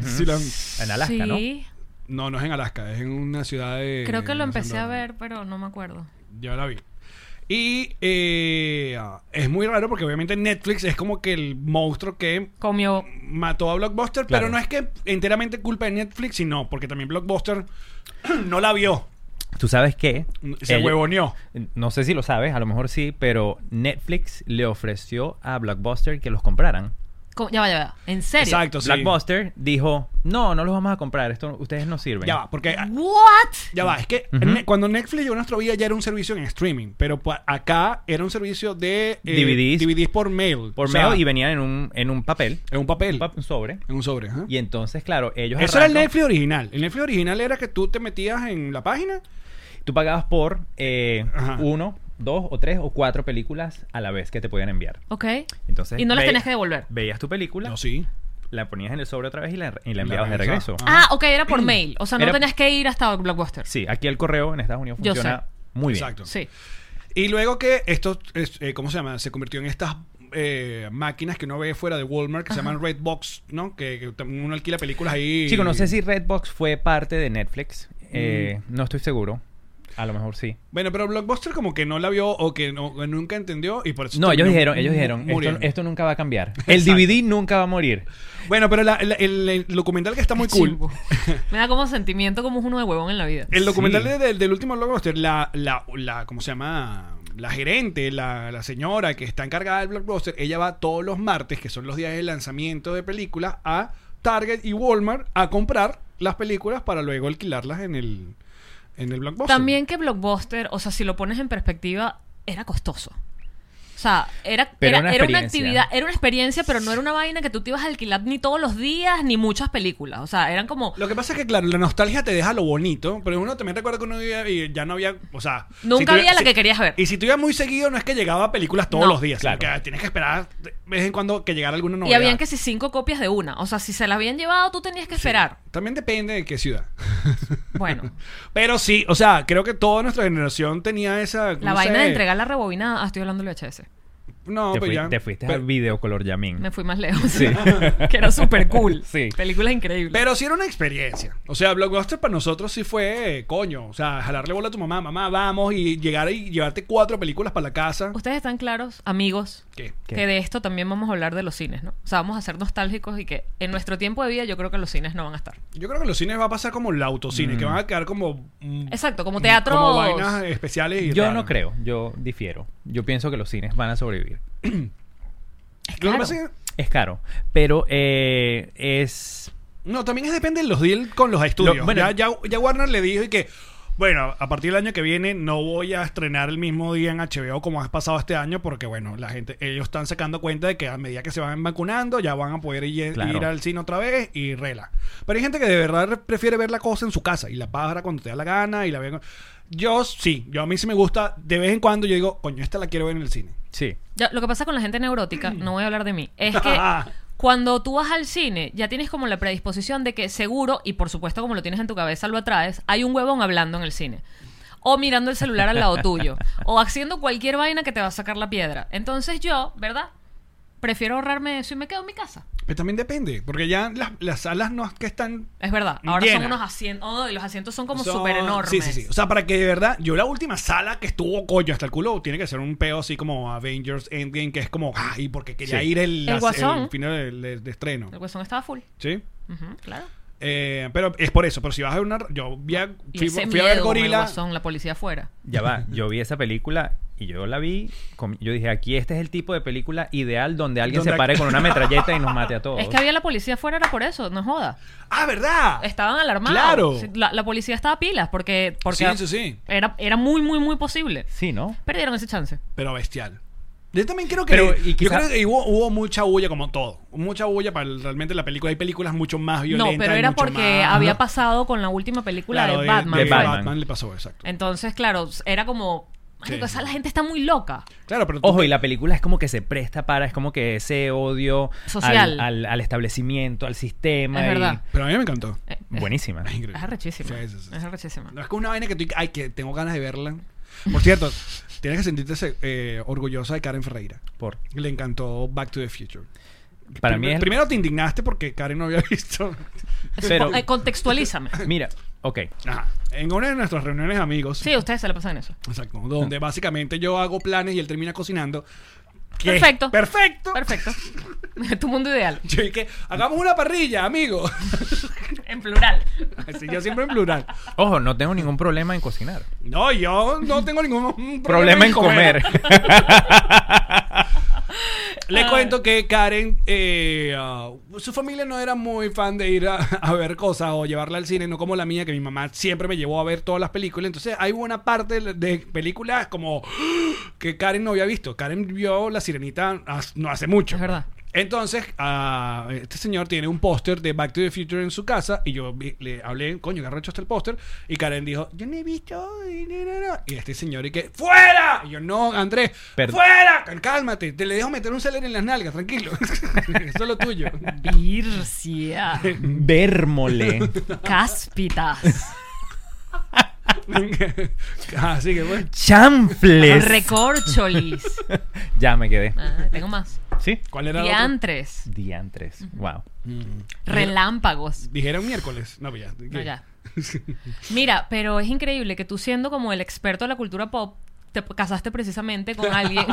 Sí, la- En Alaska, ¿no? sí, No, no es en Alaska, es en una ciudad de... creo que lo no sé empecé a dónde. ver, pero no me acuerdo. Yo la vi. Y eh, ah, es muy raro porque obviamente Netflix es como que el monstruo que Comió. mató a Blockbuster, Claro. pero no es que enteramente culpa de Netflix, sino porque también Blockbuster *clears throat* no la vio, Tú sabes que se ellos- huevoneó. No sé si lo sabes, a lo mejor sí, pero Netflix le ofreció a Blockbuster que los compraran ¿Cómo? Ya va, ya va. ¿En serio? Exacto, sí. Blackbuster dijo, no, no los vamos a comprar, esto ustedes no sirven. Ya va, porque ah, ¿What? Ya va, es que Ujú. ne- cuando Netflix llegó a nuestra vida ya era un servicio en streaming, pero pa- acá era un servicio de eh, DVDs. DVDs por mail. Por O sea, medio y venían en un, en un papel, En un papel, un, pap- un sobre. en un sobre. ajá. Y entonces, claro, ellos Eso era el arrancan- Netflix original. El Netflix original era que tú te metías en la página. Tú pagabas por eh, Ajá. uno, dos o tres o cuatro películas a la vez que te podían enviar. Ok. Entonces, Y no las ve- tenías que devolver. Veías tu película, No, sí. la ponías en el sobre otra vez y la, y la La enviabas de regresaba. regreso. Ajá. Ah, ok, era *clears throat* por mail. O sea, no Era- tenías que ir hasta Blockbuster. Sí, aquí el correo en Estados Unidos Yo funciona muy bien. Exacto. Sí. Y luego que esto, es, eh, ¿cómo se llama? Se convirtió en estas eh, máquinas que uno ve fuera de Walmart que se llaman Redbox, ¿no? Que, que tam- uno alquila películas ahí. Chico, no sé si Redbox fue parte de Netflix. eh, Mm. No estoy seguro. A lo mejor sí. Bueno, pero Blockbuster como que no la vio o que no- nunca entendió y por eso. No, ellos terminó dijeron, ellos dijeron, esto, muriendo. esto nunca va *laughs* a cambiar. El DVD nunca va a morir. Bueno, pero la- la- el, el documental que está muy cool. *laughs* Chimbo. Me da como sentimiento como es uno de huevón en la vida. El documental Sí. de- del, del último Blockbuster, la, la, la, ¿cómo se llama? La gerente, la, la señora que está encargada del Blockbuster, ella va todos los martes, que son los días de lanzamiento de películas, a Target y Walmart a comprar las películas para luego alquilarlas en el, en el Blockbuster. También que Blockbuster, o sea, si lo pones en perspectiva, era costoso. O sea, era, Pero era, una era una experiencia. actividad, era una experiencia, pero no era una vaina que tú te ibas a alquilar ni todos los días, ni muchas películas. O sea, eran como... Lo que pasa es que, claro, la nostalgia te deja lo bonito, pero uno también recuerda que uno iba y ya no había, o sea... Nunca tú iba- había la que querías ver. Y si tú ibas muy seguido, no es que llegaba películas todos No. los días, sino Claro. que tienes que esperar de vez en cuando que llegara alguna novedad. y habían que si cinco copias de una. O sea, si se las habían llevado, tú tenías que esperar. También depende de qué ciudad. *laughs* Bueno, Pero sí, o sea, creo que toda nuestra generación tenía esa... la no vaina sé, de entregar la rebobinada... Ah, estoy hablando del VHS. No, te, pues fui- ya. te fuiste al pero, videocolor Mm. Yamin. Me fui más lejos. *laughs* que era súper cool. Sí. Película increíble. pero sí era una experiencia. O sea, Blockbuster para nosotros sí fue, eh, coño, o sea, jalarle bola a tu mamá, mamá, vamos, y llegar y llevarte cuatro películas para la casa. Ustedes están claros, amigos, ¿Qué? ¿Qué? que de esto también vamos a hablar de los cines, ¿no? O sea, vamos a ser nostálgicos y que en nuestro tiempo de vida yo creo que los cines no van a estar. Yo creo que los cines va a pasar como el autocine, que van a quedar como... mm, Exacto, como teatros. Como vainas especiales y Yo raras. no creo, yo difiero. Yo pienso que los cines van a sobrevivir. Lo que Claro. pasa es que- Es caro, pero eh, es... No, también es depende de los deals con los estudios. bueno, ya, ya, ya Warner le dijo y que, bueno, a partir del año que viene no voy a estrenar el mismo día en HBO como ha pasado este año, porque bueno, la gente, ellos están sacando cuenta de que a medida que se van vacunando, ya van a poder ir, Claro. ir al cine otra vez y rela. Pero hay gente que de verdad prefiere ver la cosa en su casa y la paga cuando te da la gana y la ve. Yo sí, yo a mí sí me gusta, de vez en cuando yo digo, coño, esta la quiero ver en el cine. Sí. Ya, lo que pasa con la gente neurótica, Mm. no voy a hablar de mí, es *laughs* que cuando tú vas al cine ya tienes como la predisposición de que seguro, y por supuesto como lo tienes en tu cabeza, lo atraes, hay un huevón hablando en el cine. O mirando el celular al lado tuyo. *laughs* O haciendo cualquier vaina que te va a sacar la piedra. Entonces yo, ¿verdad? Prefiero ahorrarme eso y me quedo en mi casa. Pero también depende, porque ya las, las salas no es que están Es verdad. Ahora Llena. son unos asientos. Oh, y los asientos son como Son- súper enormes. Sí, sí, sí. O sea, para que de verdad, yo la última sala que estuvo coño hasta el culo tiene que ser un peo así como Avengers Endgame, que es como, ay, porque quería Sí. ir el, El las- Guasón. el final del- del- de estreno. El huesón estaba full. ¿Sí? Ujú, claro. Eh, pero es por eso, pero si vas a ver una. Yo vi a- Y fui, ese fui a ver miedo con el Gorila. Guasón, la policía afuera. *laughs* Ya va, yo vi esa película y yo la vi, com- yo dije, aquí este es el tipo de película ideal donde alguien Donde se ac- pare *laughs* con una metralleta y nos mate a Oh. todos. Es que había la policía afuera, era por eso, no joda. ¡Ah, verdad! Estaban alarmados. Claro. Sí, La, la policía estaba a pilas porque, porque Sí, sí, sí. Era, era muy, muy, muy posible. Sí, ¿no? Perdieron ese chance. Pero bestial. Yo también creo que. Pero, y Yo quizá- creo que hubo, hubo mucha bulla, como todo. Mucha bulla para el- realmente la película. Hay películas mucho más violentas. no, pero era mucho porque más- había pasado con la última película Claro, de Batman. De, fue. Batman. Batman. le pasó, exacto. Entonces, claro, era como. Marico, Sí. esa la gente está muy loca. Claro, pero. tú- Ojo, y la película es como que se presta para, es como que ese odio al- Social. Al, al establecimiento, al sistema. Es y- verdad. Pero a mí me encantó. Eh, es- Buenísima. Es increíble. Es arrechísima. Sí, sí, sí, sí. Es arrechísima. No es que una vaina que tú ay, que tengo ganas de verla. Por cierto, tienes que sentirte eh, orgullosa de Karen Ferreira. Por, Le encantó Back to the Future. para Prim- mí es... Primero te indignaste porque Karen no había *laughs* visto. Pero- Eh, contextualízame. Mira, ok. Ajá. En una de nuestras reuniones de amigos. Sí, ustedes se la pasan en eso. Exacto. Ah. Donde básicamente yo hago planes y él termina cocinando. ¿Qué? Perfecto. Perfecto. Perfecto. *laughs* tu mundo ideal. Yo dije, hagamos una parrilla, amigo. *laughs* En plural. Así yo siempre en plural. Ojo, no tengo ningún problema en cocinar. No, yo no tengo ningún problema, Problema en comer. Le Ah. cuento que Karen, eh, ah, su familia no era muy fan de ir a, a ver cosas o llevarla al cine, no como la mía, que mi mamá siempre me llevó a ver todas las películas. Entonces hay buena parte de películas como *gasps* que Karen no había visto. Karen vio La Sirenita hace- no hace mucho. Es verdad. Entonces, ah, este señor tiene un póster de Back to the Future en su casa y yo vi- le hablé, coño, que arrecho está el póster. Y Karen dijo, yo no he visto. y no, no, no". Y este señor, y que, ¡fuera! Y yo, no, Andrés, Per- ¡fuera! Cal- Cálmate, te le dejo meter un celer en las nalgas, tranquilo. *laughs* Eso es lo tuyo. *laughs* Vircia. *laughs* *laughs* Vérmole. Cáspitas. Así que bueno. Chanfles. *laughs* Recorcholis. ya me quedé. Ah, tengo más. ¿Sí? ¿Cuál era la otra? Diantres. Diantres. Wow. Relámpagos. Dijeron miércoles. No, pues ya. *laughs* No, ya. Mira, pero es increíble que tú siendo como el experto de la cultura pop, te p- casaste precisamente *laughs* con alguien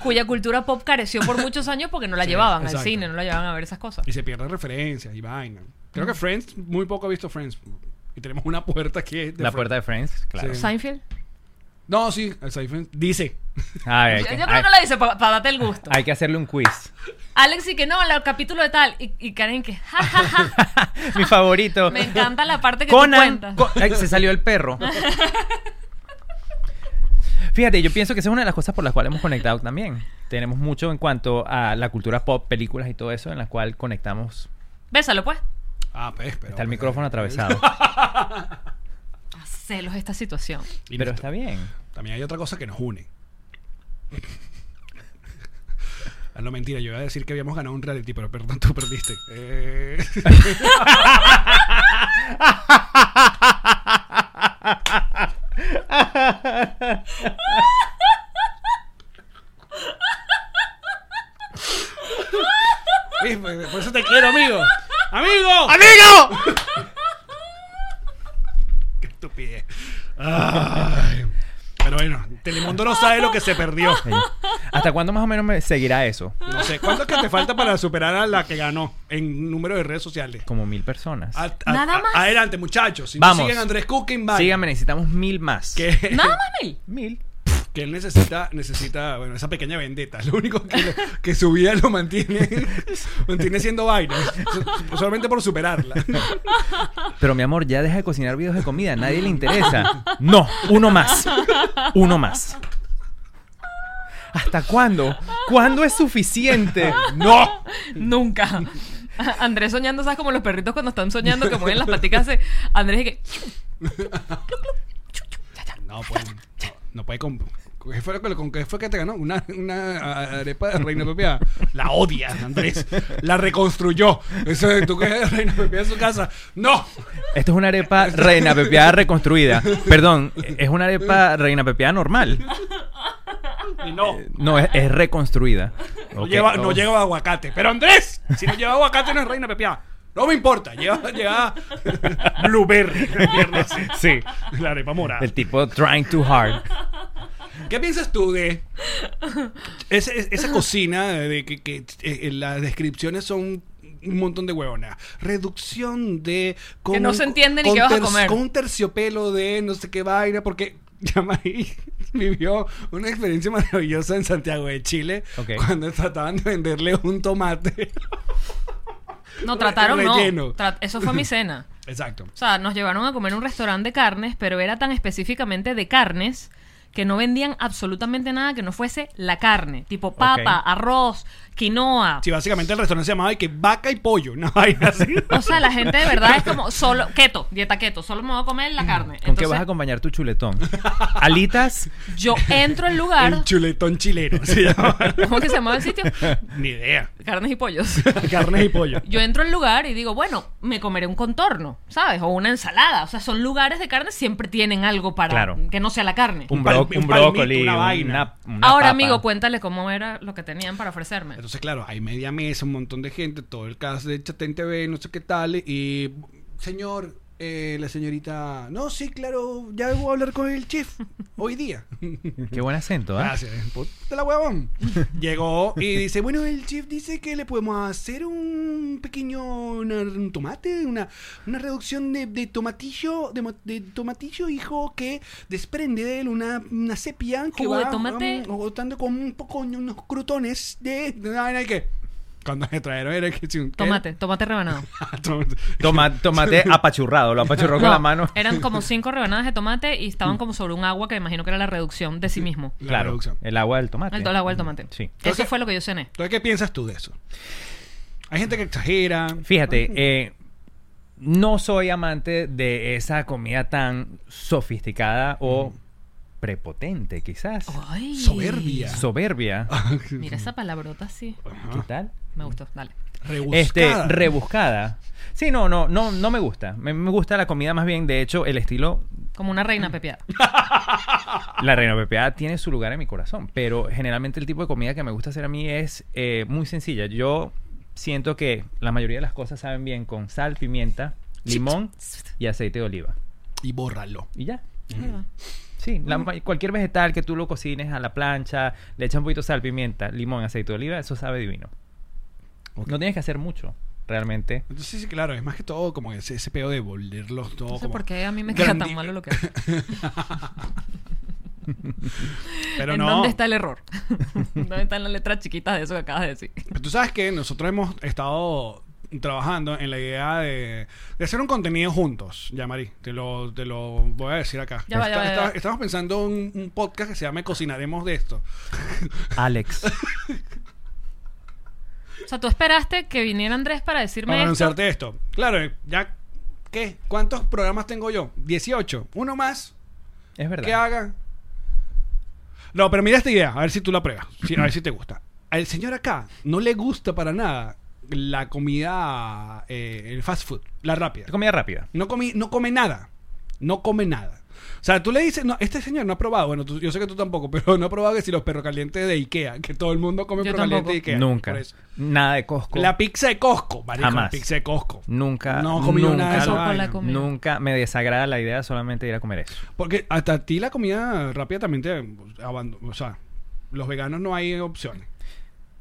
cuya cultura pop careció por muchos años porque no la Sí, llevaban al exacto. cine, no la llevaban a ver esas cosas. Y se pierden referencias y vaina. Creo que Friends, muy poco he visto Friends. Y tenemos una puerta aquí. de La Friends. puerta de Friends, claro. Sí. Seinfeld. No, sí, el Seinfeld dice. Ay, hay, Yo, Eh, que, yo hay- creo que lo dice para darte el gusto. hay que hacerle un quiz. Alex y que no, el capítulo de tal. Y, y Karen que, ja, ja, *laughs* ja. Mi favorito. Me encanta la parte que Conan. tú cuentas. Co- Ay, se salió el *laughs* perro. Fíjate, yo pienso que esa es una de las cosas por las cuales hemos conectado también. Tenemos mucho en cuanto a la cultura pop, películas y todo eso, en la cual conectamos. Bésalo, pues. Ah, pues, pero. Está el micrófono atravesado. Celos esta situación. Y Pero listo. está bien. También hay otra cosa que nos une. *laughs* Ah, No, mentira, yo iba a decir que habíamos ganado un reality, pero perdón, tú perdiste. Eh, sí, por por eso te quiero, amigo. ¡Amigo! ¡Amigo! ¡Qué estupidez! Ay. Pero bueno, Telemundo no sabe lo que se perdió. ¿Hasta cuándo más o menos me seguirá eso? No sé, ¿cuánto es que te falta para superar a la que ganó en número de redes sociales? Como mil personas. A- a- Nada a- más. Adelante, muchachos. Si Vamos. no siguen a Andrés Cooking, vayan. Síganme, necesitamos mil más. Que, *laughs* Nada más, *laughs* Mel. Mil. que él necesita, necesita, bueno, esa pequeña vendetta. Lo único que, lo- que su vida lo mantiene, *laughs* mantiene siendo vaina. So- Solamente por superarla. Pero mi amor, ya deja de cocinar videos de comida, a nadie le interesa. No, uno más. Uno más. ¿Hasta cuándo? ¿Cuándo es suficiente? ¡No! Nunca. A- Andrés soñando, ¿sabes? Como los perritos cuando están soñando que mueven las paticas. se- Andrés y que. No, pues, no, no puede con... ¿Con qué, fue, lo que- con qué fue que te ganó? Una, una a- arepa de reina pepiada. La odia, Andrés. La reconstruyó. Eso de tú que eres reina pepiada en su casa. ¡No! Esto es una arepa reina pepeada reconstruida. Perdón, es una arepa reina pepeada normal. Y no. No, es, es reconstruida. No, Ok, lleva, no oh. lleva aguacate. Pero Andrés, si no lleva aguacate no es reina pepiada. No me importa. Lleva, lleva blueberry. Mierda, sí. *laughs* Sí. La arepa morada. El tipo trying too hard. ¿Qué piensas tú de ese- es- *laughs* esa cocina de que, que, eh, las descripciones son un montón de huevona? Reducción de con- Que no se entiende ni con qué vas a terci- comer. Con un terciopelo de no sé qué vaina porque *laughs* Yamari vivió una experiencia maravillosa en Santiago de Chile Ok. cuando trataban de venderle un tomate. No, trataron, no. relleno. Tra- Eso fue mi cena. Exacto. O sea, nos llevaron a comer a un restaurante de carnes, pero era tan específicamente de carnes que no vendían absolutamente nada que no fuese la carne. Tipo papa, arroz, quinoa. Sí, básicamente el restaurante se llamaba y que vaca y pollo, una vaina así. *laughs* O sea, la gente de verdad es como solo keto, dieta keto, solo me voy a comer la Mm. carne. ¿Con qué Entonces, vas a acompañar tu chuletón? Alitas, Yo entro al El *laughs* lugar, chuletón chileno se llamaba. *laughs* ¿cómo que se llama el sitio? Ni idea. Carnes y pollos. Carnes y pollo. Yo entro al lugar y digo, bueno, me comeré un contorno, ¿sabes? O una ensalada. O sea, son lugares de carne, siempre tienen algo para Claro. que no sea la carne. un, pal- bro- un un palmito, brócoli, una una, vaina. una Ahora, papa. amigo, pues. cuéntale cómo era lo que tenían para ofrecerme. Entonces, claro, hay media mesa, un montón de gente, todo el caso de Chatén TV, no sé qué tal, y señor, eh, la señorita, no, sí, claro, ya voy a hablar con el chef hoy día. Qué buen acento, ¿ah? Gracias, puta la *laughs* huevón. Llegó y dice, bueno, el chef dice que le podemos hacer un pequeño una- un tomate, una, una reducción de, de tomatillo, de, mo- de tomatillo, hijo, que desprende de él una, una sepia que Jugo va de tomate. um, agotando con un poco unos crutones de, ay, ay, ¿qué? Cuando me trajeron era que si un- ¿eh? ¿qué? *laughs* Ah, Tomate, tomate rebanado. Tomate. Toma- *laughs* tomate apachurrado, lo apachurró con No, la mano. Eran como cinco rebanadas de tomate y estaban como sobre un agua que me imagino que era la reducción de sí mismo. La claro, reducción. el agua del tomate. El, el agua del tomate. Sí. Eso fue lo que yo cené. Entonces, ¿qué piensas tú de eso? Hay gente que exagera. Fíjate, eh, no soy amante de esa comida tan sofisticada o prepotente, quizás. Ay. Soberbia. Soberbia. Mira esa palabrota así. ¿Qué tal? Me gustó. Dale. Rebuscada. Este, rebuscada. Sí, no, no, no, no me gusta. Me, me gusta la comida más bien. De hecho, el estilo Como una reina pepeada. La reina pepeada tiene su lugar en mi corazón, pero generalmente el tipo de comida que me gusta hacer a mí es eh, muy sencilla. Yo siento que la mayoría de las cosas saben bien con sal, pimienta, limón y aceite de oliva. y bórralo. Y ya. Sí, Mm. la ma- cualquier vegetal que tú lo cocines a la plancha, le echas un poquito de sal, pimienta, limón, aceite de oliva, eso sabe divino. No tienes que hacer mucho, realmente. Entonces, sí, sí, claro, es más que todo como ese, ese pedo de volverlos todo. No sé como- por qué a mí me queda tan grandi- malo lo que hago. Pero ¿En no. dónde está el error? *laughs* ¿Dónde están las letras chiquitas de eso que acabas de decir? Pero tú sabes que nosotros hemos estado trabajando en la idea de, de hacer un contenido juntos, ya Mari, te lo, te lo voy a decir acá. Ya va, ya va, ya va. Estamos pensando un, un podcast que se llama Cocinaremos de esto. *laughs* Alex. O sea, tú esperaste que viniera Andrés para decirme Para esto. anunciarte esto. Claro, eh, ya, ¿qué? ¿Cuántos programas tengo yo? 18. Uno más. Es verdad. que hagan. No, pero mira esta idea, a ver si tú la pruebas, si- a ver si te gusta. Al señor acá no le gusta para nada la comida, eh, el fast food, la rápida. Comida rápida. No, comí, no come nada, no come nada. O sea, tú le dices, no, este señor no ha probado, bueno, tú- yo sé que tú tampoco, *laughs* pero no ha probado que si los perros calientes de Ikea, que todo el mundo come Yo perro caliente de tampoco. Ikea. Nunca. por eso. Nada de Costco. La pizza de Costco, marico, Jamás. la pizza de Costco. Nunca. No comí yo nunca nada de esa Tampoco la vaina. comí. comida. Nunca me desagrada la idea solamente de ir a comer eso. Porque hasta a ti la comida rápida también te abandona. O sea, los veganos no hay opciones.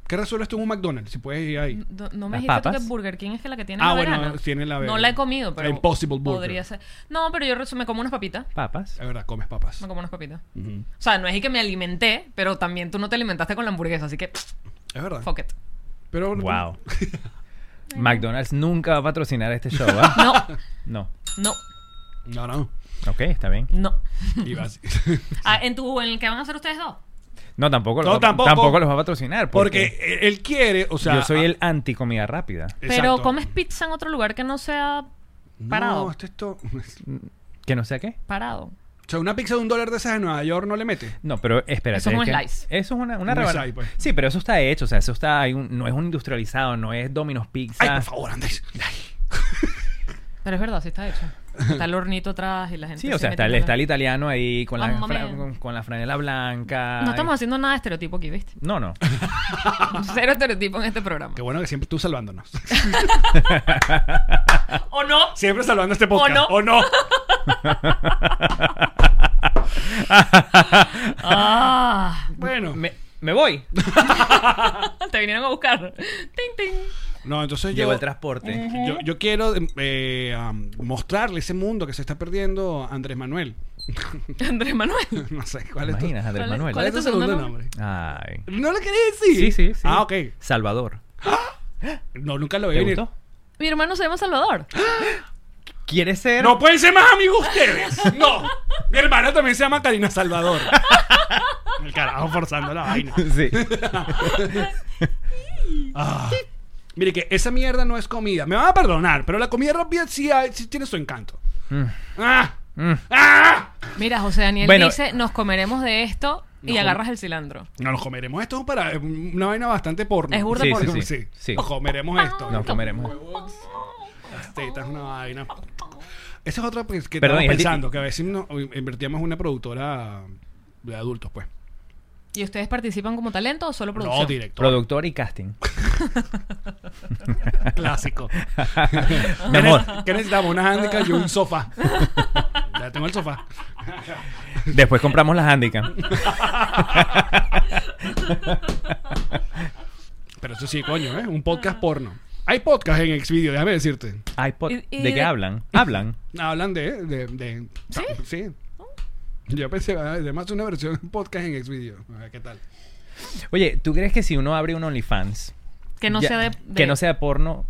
¿Qué resuelves tú en un McDonald's si puedes ir ahí? No, no me Las dijiste tú que papas. Burger King es que la que tiene Ah, la bueno, vegana. tiene la No vegana. la he comido, pero La Impossible Burger. podría ser. No, pero yo resu- me como unas papitas. Papas. La verdad, comes papas. Me como unas papitas. Ujú. O sea, no es y que me alimenté, pero también tú no te alimentaste con la hamburguesa, así que pff, Es verdad. fuck it. Pero, *laughs* Wow. McDonald's nunca va a patrocinar este show, ¿ah? *laughs* No, No. no, No, *laughs* no. Ok, está bien. no. Y vas- *laughs* Ah, ¿En tu en el que van a hacer ustedes dos? No, tampoco, No, lo- tampoco. los va a patrocinar. Porque Porque, él- él quiere, o sea. ah, yo soy el anti comida rápida. Pero comes pizza en otro lugar que no sea parado. No, esto es todo. O Que no sé qué. parado. sea, una pizza de un dólar de esas de Nueva York no le mete. No, pero espérate. Eso es un que- slice. Eso es una, una Un rebanada. slice, pues. Sí, pero eso está hecho. O sea, eso está. hay un- no es un industrializado, no es Domino's Ay, Pizza. por favor, Andrés. Ay. Pero es verdad, sí está hecho. Está el hornito atrás y la gente. sí, o se sea, mete está, el- con la- está el italiano ahí con la, Mamma fra- mia. con, con la franela blanca. No estamos haciendo nada de estereotipo aquí, ¿viste? *laughs* *laughs* No, no. Cero estereotipo en este programa. Qué bueno que siempre tú *laughs* salvándonos. ¿O no? siempre salvando este podcast. no. O *laughs* no. Ah, Bueno. Me, me *laughs* voy. te vinieron a buscar. Ting, ting. No, entonces Llegó yo- el transporte. Yo, yo quiero eh, am, mostrarle ese mundo que se está perdiendo a Andrés Manuel. *laughs* Andrés Manuel. ¿Cuál no sé cuál es tu, Imaginas, Andrés es- Manuel. cuál es tu segundo nombre? Ay. No lo quería decir. Sí, sí, sí. Ah, ok. Salvador. No, nunca lo ¿Te veía venir. gustó? Mi hermano se llama Salvador. ¿Quieres *laughs* ser? No pueden ser más amigos ustedes. *laughs* No. Mi hermana también se llama Karina Salvador. *laughs* El carajo forzando la vaina. *laughs* Sí. Ah. Mire que esa mierda no es comida. Me van a perdonar, pero la comida rápida sí, hay- sí tiene su encanto. Mm. Ah. Ah. Mira, José Daniel Bueno. dice, nos comeremos de esto y No. agarras el cilantro. No nos comeremos esto para es una vaina bastante porno. Es burda Sí, porno. Ah. sí, sí. Sí. Sí. Nos comeremos esto. Nos comeremos. Las tetas, una vaina. Esa es otra pues, que Perdón, estamos y el di- pensando, que a veces nos invertíamos en una productora de adultos, pues. ¿Y ustedes participan como talento o solo producción? No, director. Productor y casting. *laughs* Clásico. Mi amor, ¿Qué necesitamos? Una handicap y un sofá. Ya tengo el sofá. después compramos las *laughs* handicap. Pero eso sí, coño, ¿eh? Un podcast porno. Hay podcast en Xvideo, déjame decirte. iPod. Y- y ¿De qué de- hablan? *laughs* Hablan. Hablan de... de, de- ¿Sí? Oh. Sí. Yo pensé, ah, además una versión podcast en Xvideo. A ver, ¿Qué tal? Oye, ¿tú crees que si uno abre un OnlyFans Que no ya- sea de, de- que no sea de porno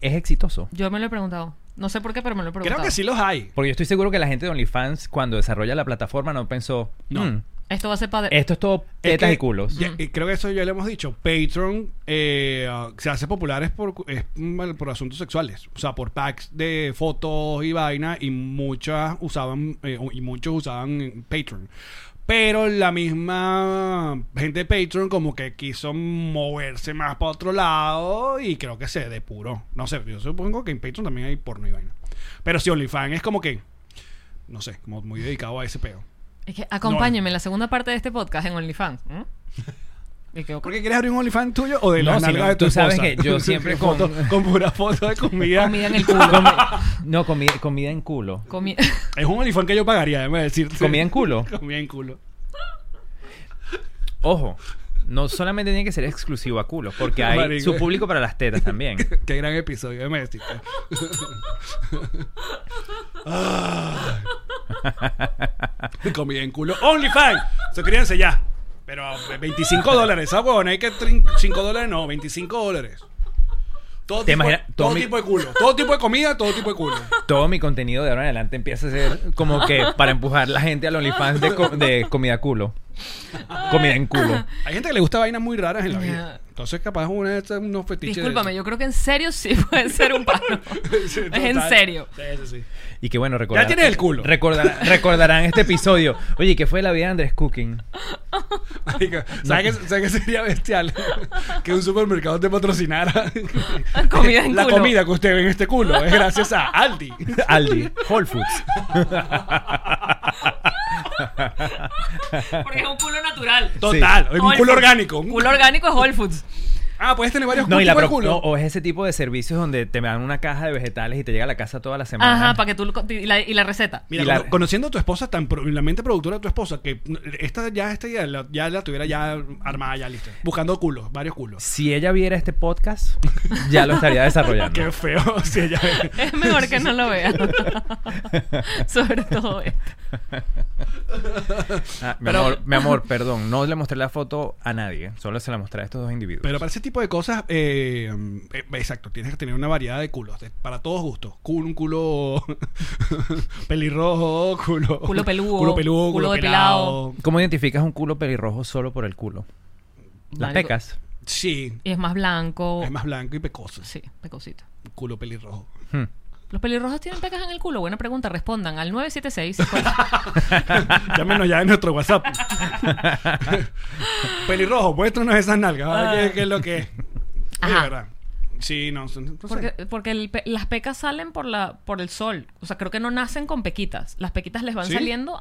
es exitoso? Yo me lo he preguntado. No sé por qué, pero me lo he preguntado. Creo que sí los hay. Porque yo estoy seguro que la gente de OnlyFans cuando desarrolla la plataforma no pensó, No. "Mm, Esto va a ser para... esto es todo Es tetas que y culos. ya- y creo que eso ya lo hemos dicho. Patreon eh, ah, se hace popular es por, cu- es, mm, por asuntos sexuales. O sea, por packs de fotos y vaina. Y muchas usaban, eh, y muchos usaban Patreon. Pero la misma gente de Patreon como que quiso moverse más para otro lado y creo que se depuró. No sé, yo supongo que en Patreon también hay porno y vaina. Pero si OnlyFans es como que, no sé, como muy dedicado a ese peo. Es que acompáñenme en la segunda parte de este podcast en OnlyFans. ¿Mm? Y que- ¿Por qué quieres abrir un OnlyFans tuyo o de No, las si nalgas no, de tu tú sabes esposa? *laughs* que yo siempre con- Foto- con pura foto de comida. Comida en el culo. No, *laughs* comida, comida en culo. Comi- Es un OnlyFans que yo pagaría, déjame decirte. *laughs* Comida en culo. Comida en culo. *laughs* Ojo, no solamente tiene que ser exclusivo a culos, porque hay Marico. su público para las tetas también. Qué gran episodio, déjame decirte. *laughs* Ah. comida en culo. OnlyFans. Suscríbanse ya. Pero eh, 25 dólares, ah, huevón, hay que 5 dólares, no, 25 dólares. Todo, ¿Te tipo, imaginas? todo Tommy- tipo de culo. Todo tipo de comida, todo tipo de culo. Todo mi contenido de ahora en adelante empieza a ser como que para empujar la gente al OnlyFans de, co- de comida culo. Comida en culo. Hay gente que le gusta vainas muy raras en la vida. Entonces, capaz una de estas, unos fetiches. de Discúlpame, esos. yo creo que en serio sí *laughs* puede ser un pano. *laughs* Sí, es total. en serio. Sí, sí, sí. Y que bueno, recordarán. tienes el culo. Recordarán, recordarán este episodio. Oye, ¿qué fue la vida de Andrés Cooking? *laughs* Marica, ¿sabes, qué, sabes qué sería bestial? *laughs* que un supermercado te patrocinara. *laughs* Comida *laughs* en La culo. comida que usted ve en este culo es gracias a Aldi. *laughs* Aldi, *laughs* Whole Foods. Porque es un culo natural. Total, un Whole culo Foods. orgánico. Un- Culo orgánico es Whole Foods. Ah, puedes tener varios No, y la tipos de pro- culo. no, o es ese tipo de servicios donde te dan una caja de vegetales y te llega a la casa toda la semana. Ajá, para que tú... lo co- Y la, y la receta. Mira, y la- cono- conociendo a tu esposa tan pro- la mente productora de tu esposa que esta ya esta idea la- ya la tuviera ya armada ya lista, buscando culos, varios culos. Si ella viera este podcast, ya lo *laughs* estaría Qué desarrollando. feo, si ella Es mejor que no lo *laughs* vean. Sobre todo este. esto. Ah, mi, amor, mi amor, perdón, no le mostré la foto a nadie, solo se la mostré a estos dos individuos. Pero para ese tipo de cosas, eh, eh, exacto, tienes que tener una variedad de culos, de- para todos gustos. Culo, un culo *laughs* pelirrojo, culo, Culo peludo, culo peludo, culo, culo pelado. depilado. ¿Cómo identificas un culo pelirrojo solo por el culo? Las Marico. pecas. Sí, Y es más blanco. es más blanco y pecoso. Sí, pecosito. Culo pelirrojo. *laughs* Hmm. ¿Los pelirrojos tienen pecas en el culo? Buena pregunta. Respondan *laughs* al 976. Llámenos ya en nuestro WhatsApp. *laughs* pelirrojo, muéstranos esas nalgas, a ver qué, qué es lo que es. Ajá. Es verdad. Sí, no, son- no sé. Porque, porque el pe- las pecas salen por, la, por el sol. O sea, creo que no nacen con pequitas. Las pequitas les van ¿Sí? saliendo.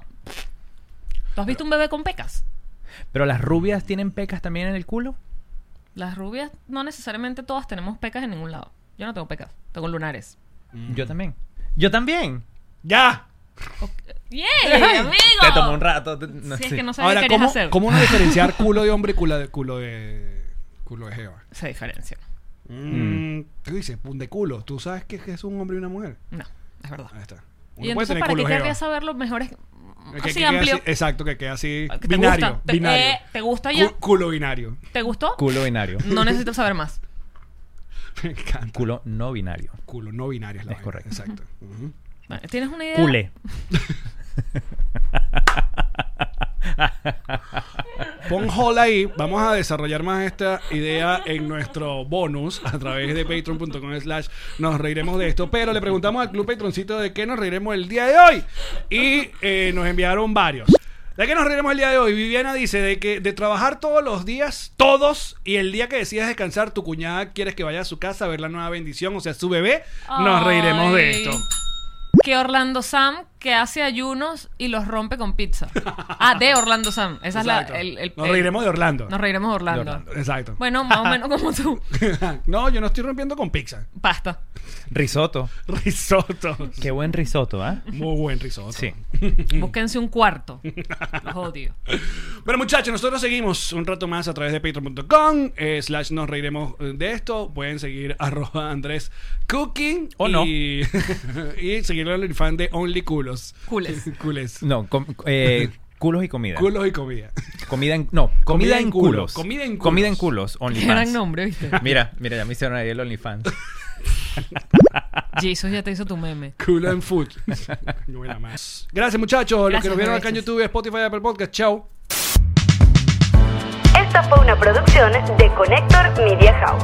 ¿Tú has visto un bebé con pecas? Pero las rubias tienen pecas también en el culo. Las rubias, no necesariamente todas tenemos pecas en ningún lado. Yo no tengo pecas, tengo lunares. Mm. Yo también. Yo también. ¡Ya! *laughs* ¡Yay, *laughs* amigo! Te tomó un rato. te- no, Si es sí. que no sabía Ahora, qué querías ¿cómo, hacer. ¿cómo no diferenciar culo de hombre y culo de culo de, culo de jeva? Se diferencia. Mm, ¿Qué dices? Pun de culo. ¿Tú sabes que es un hombre y una mujer? No, es verdad. Ahí está. y entonces, ¿para qué culos, querrías jeva. saberlo? Mejor es Que- que así quede amplio. Ah, así- exacto, que queda así. que te binario. gusta. Te- binario. eh, ¿te gusta ya? Cu- culo binario. *laughs* ¿Te gustó? Culo binario. No necesito saber más. Me encanta. Culo no binario. Culo no binario es la Es vaina, correcto. Exacto. Ujú. Bueno, ¿Tienes una idea? Culé. Pon hold ahí. Vamos a desarrollar más esta idea en nuestro bonus a través de patreon.com slash nos reiremos de esto. Pero le preguntamos al club patroncito de qué nos reiremos el día de hoy. Y eh, nos enviaron varios. ¿De qué nos reiremos el día de hoy? Viviana dice de que de trabajar todos los días, todos, y el día que decidas descansar, tu cuñada quieres que vaya a su casa a ver la nueva bendición, o sea, su bebé, nos reiremos de Ay. esto. Que Orlando Sam que hace ayunos y los rompe con pizza. Ah, de Orlando Sam. Esa es la, Exacto. el, el- Nos el- reiremos de Orlando. Nos reiremos de Orlando. Exacto. Bueno, más o menos como tú. *laughs* no, yo no estoy rompiendo con pizza. *laughs* Pasta. Risotto. Risotto. Qué buen risotto, ¿ah? Muy buen risotto. Sí. Búsquense un cuarto. Los odio. Bueno, muchachos, nosotros seguimos un rato más a través de patreon.com. eh, slash nos reiremos eh, de esto. Pueden seguir *laughs* arroba Andrés Cooking. O no. Y, *laughs* y seguirlo al infante de Only Culos. Cules. *laughs* Cules. No, com- eh, culos y comida. Culos y comida. Comida en, no, comida, Comida en en culo, culos. comida en Comida en culos. culos, Qué OnlyFans. gran nombre, ¿viste? Mira, mira, ya me hicieron ahí el OnlyFans. Jesus ya te hizo tu meme. Culo en *laughs* food. No era más. Gracias, muchachos. Los que Gracias, nos vieron acá en bebés. YouTube, Spotify, Apple Podcast. Chao. Esta fue una producción de Connector Media House.